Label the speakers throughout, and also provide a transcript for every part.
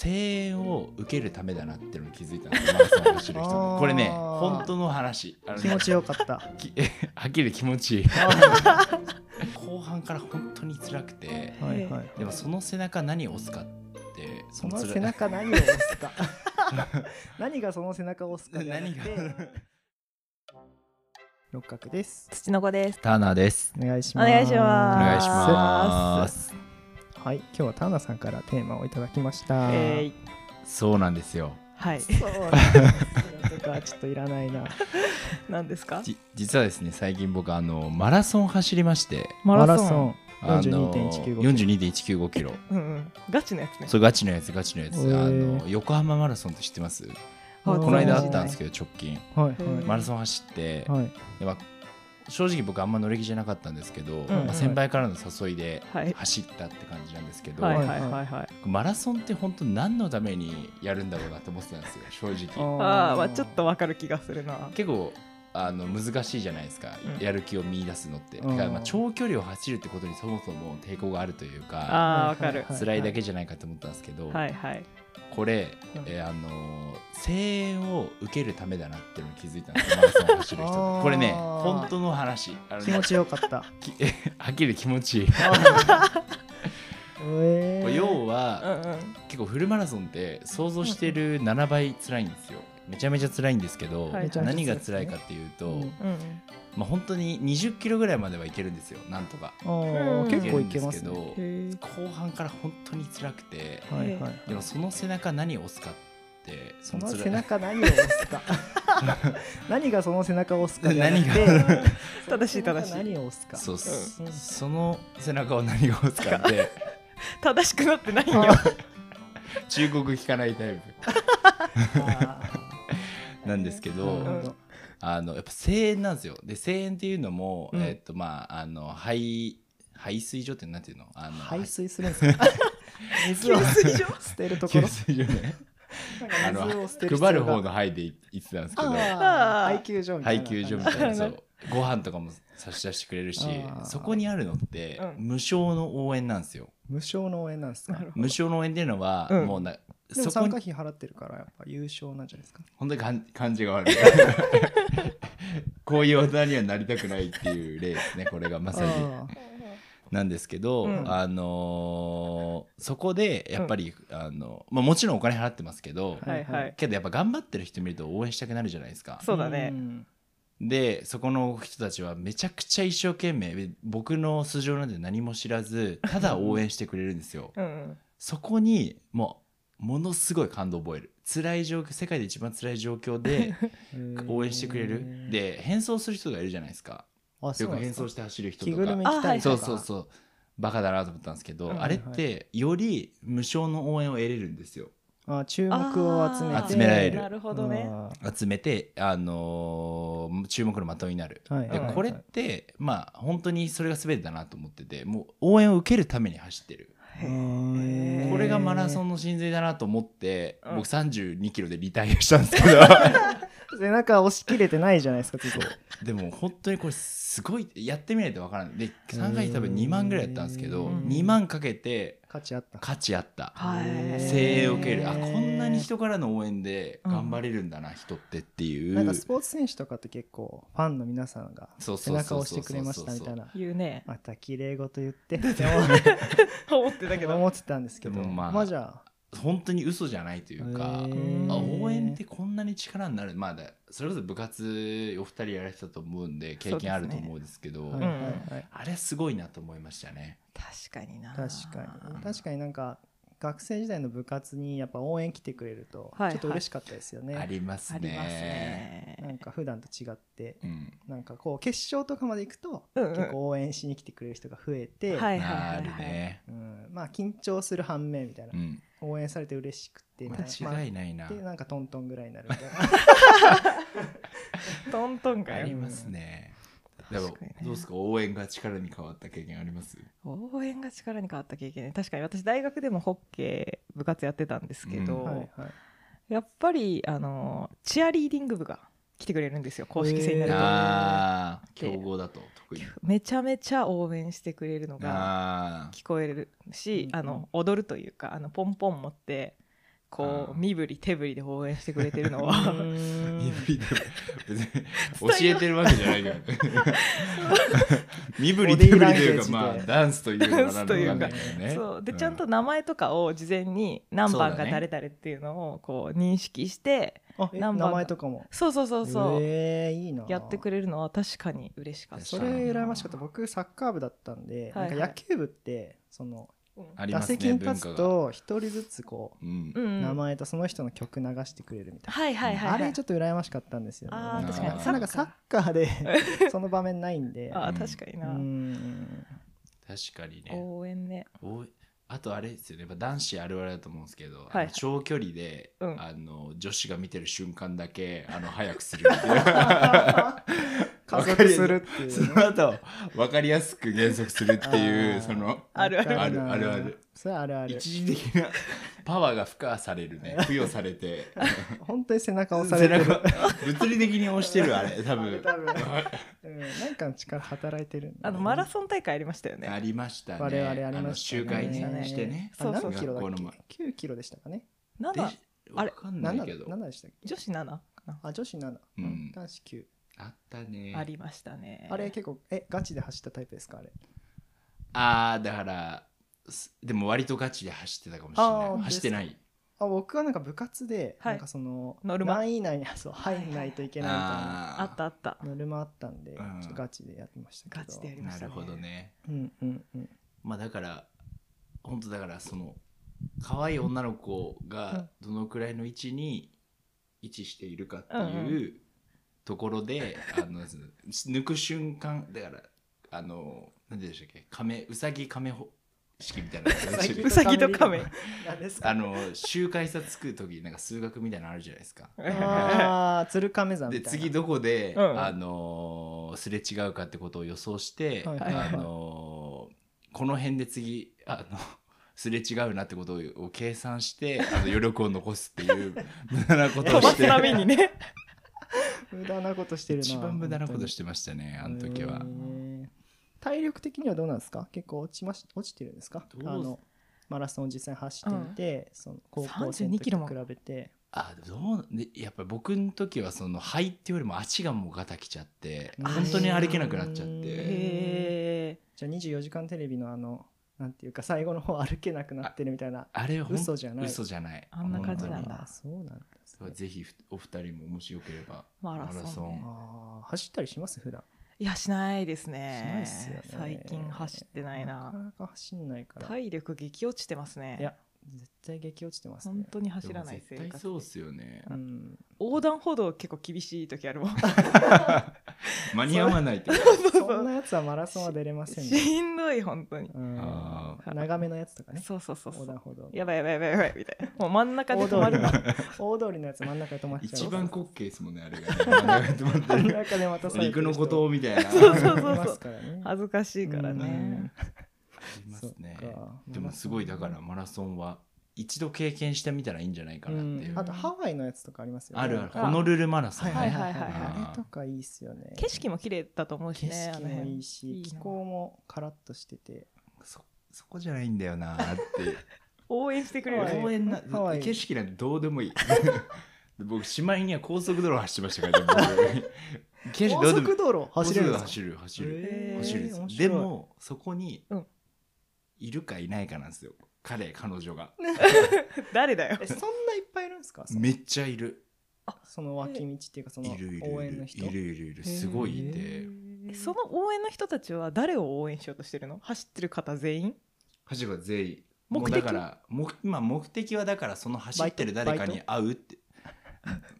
Speaker 1: 声援を受けるためだなっていうのに気づいたのマラソンを走る人
Speaker 2: あー
Speaker 1: でこれね本当の話あのね
Speaker 2: 気持ちよかった。
Speaker 1: きはっきり 気持ちいい後半から本当に辛くて
Speaker 2: はいはいはい。
Speaker 1: でもその背中何を押すかって
Speaker 2: そ
Speaker 1: そ
Speaker 2: の
Speaker 1: つら
Speaker 2: 背中何を押すか。何がその背中を押すかじゃなく
Speaker 1: 何が
Speaker 2: て六角です。
Speaker 3: 土の子です。
Speaker 1: ターナーです
Speaker 2: お願いし
Speaker 3: お
Speaker 2: ます。
Speaker 3: 願いし
Speaker 1: お
Speaker 3: ます。
Speaker 1: 願いします
Speaker 2: はい、今日はターナさんからテーマをいただきました。
Speaker 3: えー、
Speaker 1: そうなんですよ
Speaker 3: はい。
Speaker 2: そうなんだとかちょっといらないな。
Speaker 3: 何ですか？
Speaker 1: じ実はですね最近僕あのマラソン走りまして
Speaker 2: マラソン。
Speaker 1: あの
Speaker 2: 42.195
Speaker 1: 42.195キロ
Speaker 3: うんうん。ガチのやつね。
Speaker 1: そうガチのやつガチのやつ、
Speaker 2: へー
Speaker 1: あの横浜マラソンって知ってます
Speaker 3: あ
Speaker 1: この間あったんですすけど直近
Speaker 2: はいは
Speaker 3: うん
Speaker 1: マラソン走って、
Speaker 2: い。はい。
Speaker 1: でまあ正直僕あんま乗り気じゃなかったんですけど、
Speaker 3: うん
Speaker 1: まあ、先輩からの誘いで
Speaker 3: はい
Speaker 1: 走ったって感じなんですけど、
Speaker 3: はいはいはいはい。
Speaker 1: マラソンって本当何のためにやるんだろうなって思ってたんですよ正直
Speaker 3: ああ、まあちょっとわかる気がするな。
Speaker 1: 結構あの難しいじゃないですか、
Speaker 3: うん
Speaker 1: やる気を見出すのって
Speaker 2: うん
Speaker 1: だからまあ長距離を走るってことにそもそも抵抗があるというか
Speaker 3: ああ、
Speaker 2: はい
Speaker 3: わかる。
Speaker 2: はい
Speaker 1: 辛いだけじゃないかと思ったんですけど、
Speaker 3: はいはい。
Speaker 1: これ、
Speaker 2: うん
Speaker 1: えーあのー声援を受けるためだなっていうのに気づいたんですよマラソンを走る人
Speaker 2: あー
Speaker 1: でこれね本当の話あの
Speaker 2: 気
Speaker 1: ね
Speaker 2: 持ちよかった。
Speaker 1: きはっきり気持ちいい
Speaker 2: えー
Speaker 1: 要
Speaker 3: う
Speaker 1: は
Speaker 3: んうん。
Speaker 1: 結構フルマラソンって想像してる7倍辛いんですよめちゃめちゃ辛いんですけど、
Speaker 3: はい
Speaker 1: 何が辛いかっていうと、
Speaker 2: うん
Speaker 3: うん
Speaker 1: まあ、本当に20キロぐらいまではいけるんですよなんとか
Speaker 2: あー
Speaker 3: うん
Speaker 2: 結構いけます
Speaker 1: け
Speaker 2: ね。
Speaker 1: ど
Speaker 3: うん。へ
Speaker 1: 後半から本当に辛くて
Speaker 3: ど
Speaker 2: はいはい。
Speaker 1: でもその背中何を押すかって
Speaker 2: そ
Speaker 1: そ
Speaker 2: の
Speaker 1: の辛
Speaker 2: 背
Speaker 1: い
Speaker 2: 中何を押すか。何がその背中を押すかじゃなくて。
Speaker 1: 何
Speaker 2: その背中
Speaker 3: 正しい正しい
Speaker 2: 何を押すか。
Speaker 1: そうっす、
Speaker 2: うん
Speaker 1: その背中を何が押すかって
Speaker 3: ー正しくなってない よ。
Speaker 2: あ
Speaker 1: 中国聞かないタイプなんですけど、
Speaker 2: ーなるほど
Speaker 1: あのやっぱ声援なんですよで声援っていうのも、
Speaker 3: うん
Speaker 1: えっとまああの排排水所ってなんていうのあの
Speaker 2: 排水するんですか。水
Speaker 3: 給
Speaker 2: を
Speaker 3: 水所。
Speaker 2: 捨てるとこ
Speaker 1: 給
Speaker 2: ろ。
Speaker 1: 水所 ねあ
Speaker 2: なんか水
Speaker 1: の
Speaker 2: を捨てる必要が
Speaker 1: 配る方の排で言ってたんですけど
Speaker 2: ああ
Speaker 3: あー
Speaker 2: 配給所みたいな
Speaker 1: 配給所み たいな
Speaker 3: あ
Speaker 1: そ
Speaker 3: な
Speaker 1: うご飯とかも差し出してくれるし
Speaker 2: あー
Speaker 1: そこにあるのって、
Speaker 3: うん
Speaker 1: 無償の応援なんですよ
Speaker 2: 無償の応援なんですか
Speaker 3: なるほ
Speaker 1: 無償の応援っていうのは、
Speaker 3: うん
Speaker 1: もうな
Speaker 2: でも
Speaker 1: そこ
Speaker 2: 参
Speaker 1: に
Speaker 2: 加費払ってるからやっぱ優勝なんじゃないですか
Speaker 1: 本当に感感じが 悪いこういう大人にはなりたくないっていう例ですねこれがまさに
Speaker 2: あ
Speaker 1: なんですけど、
Speaker 3: うん
Speaker 1: あのーそこでやっぱり、あのまあ、もちろんお金払ってますけど、
Speaker 2: ー
Speaker 3: はいはい。
Speaker 1: けどやっぱ頑張ってる人見ると応援したくなるじゃないですか
Speaker 2: ー
Speaker 3: そうだね
Speaker 2: ん
Speaker 1: でそこの人たちはめちゃくちゃ一生懸命僕の素性なんて何も知らずただ応援してくれるんです よ
Speaker 3: うんうん。
Speaker 1: そこにもうものすごい感動を覚える辛い状況世界で一番辛い状況で応援してくれるで変装する人がいるじゃないですか
Speaker 2: あそ
Speaker 1: よ
Speaker 2: うな
Speaker 1: く
Speaker 2: んで
Speaker 1: 変
Speaker 2: すか
Speaker 1: 装して走る人
Speaker 2: 着
Speaker 1: と
Speaker 2: ぐる
Speaker 1: か
Speaker 2: み着たり
Speaker 1: そ
Speaker 2: と
Speaker 1: う
Speaker 2: か
Speaker 1: そうそうバカだなと思ったんですけど、
Speaker 3: うん
Speaker 1: あれってより無償の応援を得れるんですよ
Speaker 2: あー注目を集め
Speaker 3: あ
Speaker 2: て
Speaker 3: ー
Speaker 1: 集められる
Speaker 3: なるほどね。
Speaker 2: あ
Speaker 1: 集めて、あのー注目の的になる
Speaker 2: ーはい
Speaker 1: で
Speaker 2: はいはい
Speaker 1: これってまあ本当にそれが全てだなと思っててもう応援を受けるために走ってる
Speaker 3: へ
Speaker 2: へー
Speaker 1: これがマラソンの真髄だなと思って僕3 2キロでリタイアしたんですけ
Speaker 2: 背中押し切れてないじゃないですかちょっと
Speaker 1: どでも本当にこれすごいやってみないとわからないで3回多分2万ぐらいやったんですけど
Speaker 3: うん
Speaker 1: 2万かけて
Speaker 2: 価値あった
Speaker 1: 価値あった
Speaker 3: はい
Speaker 2: へー
Speaker 1: 声援を受け
Speaker 2: へ
Speaker 1: るあ
Speaker 2: ー
Speaker 1: こんなに人からの応援で頑張れるんだな、人ってっていう
Speaker 2: なんかスポーツ選手とかって結構ファンの皆さんが
Speaker 1: そう
Speaker 2: 背
Speaker 1: そう
Speaker 2: 中
Speaker 1: そ
Speaker 2: を
Speaker 1: う
Speaker 2: 押し
Speaker 1: そう
Speaker 2: てくれましたみたいな
Speaker 3: 言うね。
Speaker 2: また綺麗事 言って
Speaker 3: 思ってたけ
Speaker 2: 思
Speaker 3: ど。
Speaker 2: ってたんですけど
Speaker 1: でもまあ
Speaker 2: まあじゃあ
Speaker 1: 本当に嘘じゃないというか
Speaker 2: へ、
Speaker 3: ー
Speaker 1: あ応援ってこんなに力になるまあだそれこそ部活お二人やられてたと思うんで経験あると思うんですけど
Speaker 2: はい
Speaker 3: ね
Speaker 2: はいはい
Speaker 1: あれすごいなと思いましたね
Speaker 3: 確かにな。
Speaker 2: 確かに確かになんか学生時代の部活にやっぱ応援来てくれるとちょ
Speaker 3: はい
Speaker 2: っと嬉しかったですよね、
Speaker 1: あります
Speaker 3: あります
Speaker 1: ね
Speaker 2: な
Speaker 3: ね
Speaker 2: ん。か普段と違って
Speaker 1: うん
Speaker 2: なんかこう決勝とかまで行くと
Speaker 3: うんうん
Speaker 2: 結構応援しに来てくれる人が増えて、
Speaker 3: はいはいはい、はい。
Speaker 1: あるね
Speaker 2: うん、まあ緊張する反面みたいな、
Speaker 1: うん
Speaker 2: 応援されて嬉しくてみたいな
Speaker 1: 間違いないな
Speaker 2: まあでなんかトントンぐらいになるみたいな
Speaker 3: トントンか
Speaker 1: あ
Speaker 3: よ
Speaker 1: り。ますねでも
Speaker 3: 確かにね
Speaker 1: どうですか応援が力に変わった経験あります
Speaker 3: 応援が力に変わった経験ね確かに私大学でもホッケー部活やってたんですけど、
Speaker 1: うん
Speaker 2: はい はい
Speaker 3: やっぱりあのチアリーディング部が来てくれるんですよ公式戦になると、
Speaker 1: ああ強豪だと特に
Speaker 3: めちゃめちゃ応援してくれるのが
Speaker 1: ああ
Speaker 3: 聞こえるし、
Speaker 2: うんうん
Speaker 3: あの踊るというかあのポンポン持ってこう
Speaker 1: うん
Speaker 3: 身振り手振りで応援してくれてるの
Speaker 2: う
Speaker 3: は
Speaker 2: ーん
Speaker 1: 身振り手振り別 に教えてるわけじゃないから身振り手振りというかま
Speaker 2: ボ
Speaker 1: あ
Speaker 2: ディーランゲージで
Speaker 1: ダンスというか
Speaker 3: ダンスというか
Speaker 1: なんだろね
Speaker 3: そうでちゃんと名前とかを事前に何番が誰々っていうのをこう認識して
Speaker 2: あえ名
Speaker 3: ナンバー
Speaker 2: 前とかも
Speaker 3: そうそうそうそう
Speaker 2: えーいいな
Speaker 3: やってく
Speaker 2: れ
Speaker 3: れるのは確かに嬉しかった
Speaker 2: それ羨ましかった僕サッカー部だったんで、
Speaker 3: はいはい
Speaker 2: なんか野球部ってその
Speaker 3: うん
Speaker 1: あり
Speaker 2: 打
Speaker 1: ます
Speaker 2: 席に
Speaker 1: ね
Speaker 2: 立
Speaker 1: 文化
Speaker 2: つ
Speaker 1: が
Speaker 2: と一人ずつこ
Speaker 1: うん
Speaker 3: うん
Speaker 2: う、
Speaker 3: うん
Speaker 2: 名前とその人の曲流してくれるみたいな
Speaker 3: はいはいはい、
Speaker 2: あ
Speaker 3: はい、
Speaker 2: れちょっと羨ましかったんですよね。
Speaker 3: あ
Speaker 1: ー確かに
Speaker 2: なかなかサッカーで その場面ないんで。
Speaker 3: あ
Speaker 1: うん
Speaker 3: ー確かに
Speaker 2: う
Speaker 3: な、
Speaker 2: ん
Speaker 1: 確かにね
Speaker 3: 応援ね
Speaker 1: おいあとあれですよねやっぱ男子あるあるだと思うんですけど、
Speaker 3: はい
Speaker 1: あの長距離で、
Speaker 3: うん
Speaker 1: あの女子が見てる瞬間だけあの早くする っていう
Speaker 2: 加速するって
Speaker 1: そ
Speaker 2: いう
Speaker 1: の後分かりやすく減速するってい
Speaker 2: あ
Speaker 1: う
Speaker 2: ー
Speaker 1: その
Speaker 3: あるある
Speaker 1: あるあるある。
Speaker 2: それはあるある。
Speaker 1: 一時的なパワーが付加されるね付与されて
Speaker 2: 本当に背中押されてる。
Speaker 1: 物理的に押してるあれ多分
Speaker 2: 多分。うんなんかの力働いてるんだね。
Speaker 3: あのマラソン大会ありましたよ ね
Speaker 1: ありましたね
Speaker 2: 我々ありましたね
Speaker 1: の集会に
Speaker 3: ありまし
Speaker 1: し
Speaker 3: た
Speaker 1: てね
Speaker 2: あ何
Speaker 3: そうそう
Speaker 2: キロ
Speaker 1: 学校の
Speaker 2: だっ
Speaker 1: 前
Speaker 2: け ?9 キロでしたかね。
Speaker 3: 7
Speaker 1: で
Speaker 3: あ
Speaker 1: わ
Speaker 3: れ
Speaker 1: かんない
Speaker 2: 7
Speaker 1: けど
Speaker 2: 7でしたっけ
Speaker 3: 女子7かな
Speaker 2: あ、女子7
Speaker 1: うん。
Speaker 2: 男子9。
Speaker 1: あったね
Speaker 3: ありましたね
Speaker 2: あれ結構、え、ガチで走ったタイプですかあれ。
Speaker 1: あーだからすでも割とガチで走ってたかもしれ
Speaker 2: あ
Speaker 1: な
Speaker 2: ー
Speaker 1: い走ってない
Speaker 2: あ僕はなんか部活で、
Speaker 3: はい
Speaker 2: なんかその
Speaker 3: ノルマ
Speaker 2: 何位以内にそう入んないといけないみたいな
Speaker 1: あー
Speaker 3: あったあった
Speaker 2: ノルマあったんで、
Speaker 1: うん
Speaker 2: ちょっとガチでやってましたけど
Speaker 3: ガチでやりま
Speaker 1: な
Speaker 3: した
Speaker 1: る
Speaker 3: ね
Speaker 1: ほどね
Speaker 2: うんうんうん
Speaker 1: まあだから本当だからその可愛い女の子がどのくらいの位置に位置しているかって
Speaker 3: うん
Speaker 1: いうところで、あの抜く瞬間だからあの何でしたっけ亀うさぎ亀ほ式みたいな 感じで
Speaker 3: うさぎと亀
Speaker 2: 何ですか
Speaker 1: あの集会さつく時になんか数学みたいなのあるじゃないですか。
Speaker 2: あー鶴亀座みた
Speaker 1: で
Speaker 2: いな
Speaker 1: 次どこで、
Speaker 3: うん
Speaker 1: あのーすれ違うかってことを予想して、
Speaker 2: はいはいはい
Speaker 1: あのーこの辺で次あのすれ違うなってことを計算してあの余力を残すっていう無駄なこと
Speaker 3: 飛
Speaker 1: を
Speaker 3: ば
Speaker 1: し
Speaker 3: す
Speaker 1: て
Speaker 3: ため にね
Speaker 2: 無駄なことしてるな
Speaker 1: 一番無駄なことしてましたねあの時は
Speaker 2: へ。ー体力的にはどうなんですか結構落ちまし落ちてるんですか
Speaker 1: どう
Speaker 2: あのマラソンを実際走ってみて、その高校生の
Speaker 3: 32
Speaker 2: 時
Speaker 3: キロ
Speaker 2: と
Speaker 3: も
Speaker 2: 比べて
Speaker 1: あどうねやっぱり僕の時はその肺っていうよりも足がもうガタきちゃって
Speaker 2: うん
Speaker 1: 本当に歩けなくなっちゃっ
Speaker 2: うん
Speaker 1: て。
Speaker 3: へえ
Speaker 2: じゃあ24時間テレビのあのなんていうか最後の方歩けなくなってるみたいな
Speaker 1: あれは
Speaker 2: 嘘じゃない
Speaker 1: 嘘じゃない
Speaker 3: あんな感じなん
Speaker 1: 本
Speaker 3: だ
Speaker 1: 当に
Speaker 2: あそうなんですね
Speaker 1: ぜひお二人ももしよければ
Speaker 3: マラソンね
Speaker 2: あー走ったりします普段
Speaker 3: いやしないです
Speaker 2: しない
Speaker 3: ね
Speaker 2: っすよね
Speaker 3: 最近走ってない
Speaker 2: か
Speaker 3: な
Speaker 2: なか走んないからい
Speaker 3: 体力激落ちてますね
Speaker 2: や絶対激落ちてますね
Speaker 3: 本当に走
Speaker 1: で
Speaker 3: ら
Speaker 1: も
Speaker 3: ない生
Speaker 1: 絶対
Speaker 3: 活
Speaker 1: そうっすよね
Speaker 2: うん
Speaker 3: 横断歩道結構厳しい時あるもん
Speaker 1: 間に合わないってこと
Speaker 2: そんなやつはマラソンは出れません ね
Speaker 3: しんどい本当に
Speaker 2: うん
Speaker 1: あ
Speaker 2: 長めのやつとかね
Speaker 3: そうそうそうそ
Speaker 2: 横断
Speaker 3: う
Speaker 2: 歩道
Speaker 3: やばいやばいやばいやばいみたいなもう真ん中で
Speaker 2: 大
Speaker 3: 止ま
Speaker 2: 通り
Speaker 3: るの
Speaker 2: の大通りのやつ真ん中で止まっちゃう
Speaker 1: 一番滑稽ですもんねあれがね真ん中に止まっ
Speaker 2: 真ん
Speaker 1: てる
Speaker 2: 中で渡されて
Speaker 1: 陸
Speaker 2: る人
Speaker 1: の孤島みたいな
Speaker 3: そうそう
Speaker 2: いますからね
Speaker 3: 恥ずかしいから
Speaker 2: うん
Speaker 3: ね
Speaker 1: ありますね
Speaker 2: そっか
Speaker 1: でもすごいだからマラソンは一度経験してみたらいいんじゃないかなっていううん
Speaker 2: あとハワイのやつとかありますよね
Speaker 1: あるある
Speaker 3: あ
Speaker 1: ホノルルマラソン
Speaker 2: はいはい
Speaker 1: ね
Speaker 2: はいはい
Speaker 1: うん
Speaker 2: あれとかいいっすよね
Speaker 3: 景色も綺麗だと思うし
Speaker 2: 景
Speaker 3: ね
Speaker 2: 色もいい
Speaker 3: あの
Speaker 2: し
Speaker 3: 辺
Speaker 2: 気
Speaker 3: な
Speaker 2: 候もカラッとしてて
Speaker 1: そそこじゃないんだよなーって
Speaker 3: 応援してくれ
Speaker 2: ハワイ
Speaker 3: る
Speaker 1: 公園な
Speaker 2: ハワイ
Speaker 1: 景色なんてどうでもいい 僕しまいには高速道路走ってましたからね僕景色
Speaker 2: 高
Speaker 1: どうでも
Speaker 2: 速道路走れるんですか
Speaker 1: 走る走る
Speaker 2: へー
Speaker 1: 走るんですよ
Speaker 2: 面白
Speaker 1: で
Speaker 2: い
Speaker 1: もそこに
Speaker 3: うん
Speaker 1: いるかいないかなんですよ彼彼女が
Speaker 3: 誰 だよ
Speaker 2: えそんないっぱいいるんですかその
Speaker 1: めっちゃいる
Speaker 2: その脇道っていうかそ
Speaker 1: い
Speaker 2: の
Speaker 1: るいる
Speaker 2: 応援の
Speaker 1: い
Speaker 2: 人
Speaker 1: るいるいるすごいいて
Speaker 3: えその応援の人たちは誰を応援しようとしてるの走ってる方全員
Speaker 1: 走れば全員
Speaker 3: 目
Speaker 1: もう
Speaker 3: 的
Speaker 1: だから目,、まあ、目的はだからその走ってる誰かに会うって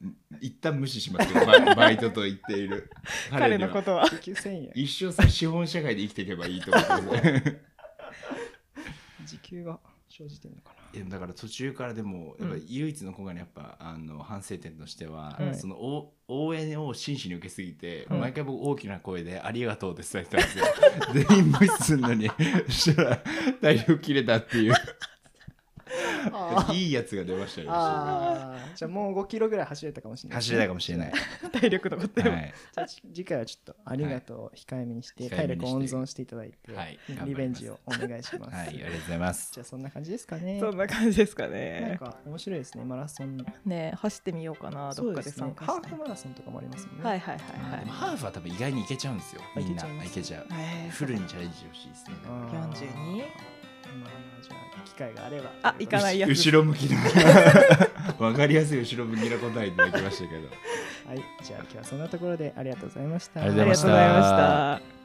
Speaker 1: うん一旦無視しますけどバイ バイトと言っている
Speaker 3: 彼
Speaker 1: に
Speaker 3: の
Speaker 1: は
Speaker 3: ことは
Speaker 2: 時給1000円
Speaker 1: 一生さ資本社会で生きていけばいいと思ってます
Speaker 2: 時給が生じてるのか
Speaker 1: いやだから途中からでもやっぱ
Speaker 3: うん
Speaker 1: 唯一の今回のやっぱあの反省点としては、
Speaker 2: はい
Speaker 1: その応応援を真摯に受けすぎて、
Speaker 2: うん
Speaker 1: 毎回僕大きな声で「ありがとう」って伝えてたんですよ全員無視するのにそしたら体力切れたっていう
Speaker 2: な
Speaker 1: なん かいいやつが出ましたよ
Speaker 2: ああじゃあもう5キロぐらい走れたかもしれない
Speaker 1: 走れないかもしれ ない、
Speaker 3: 体力残って
Speaker 1: は
Speaker 3: る、
Speaker 1: い
Speaker 2: じゃあち次回はちょっとありがとうを控えめにして、
Speaker 1: はい
Speaker 2: 体力を温存していただいて、
Speaker 1: はい
Speaker 2: リベンジをお願いします、
Speaker 1: はい、ありがとうございます
Speaker 2: じゃあそんな感じですかね
Speaker 3: そんな感じですか
Speaker 2: なん
Speaker 3: ね
Speaker 2: か面白いですねマラソン
Speaker 3: ね走ってみようかなどっかで
Speaker 2: そう
Speaker 3: 参
Speaker 2: ね
Speaker 3: 加
Speaker 2: ハ
Speaker 3: し
Speaker 2: ー
Speaker 3: て、
Speaker 2: フマラソンとかもありますもんね
Speaker 3: はいはいはい
Speaker 1: あーでも
Speaker 3: は
Speaker 1: ハーフは多分意外にいけちゃうんですよ
Speaker 2: あ
Speaker 1: みんな
Speaker 2: 行けちゃいます
Speaker 1: いけちゃう
Speaker 3: い、えー
Speaker 1: フルにチャレンジしてほしいですね
Speaker 2: あー
Speaker 3: 42
Speaker 2: まあじゃあ機会があれば
Speaker 3: あ行かないやつ
Speaker 1: 後ろ向きな わかりやすい後ろ向きな答えいただきましたけど
Speaker 2: はいじゃあ今日はそんなところでありがとうございました
Speaker 1: ありがとうございました
Speaker 3: ありがとうございました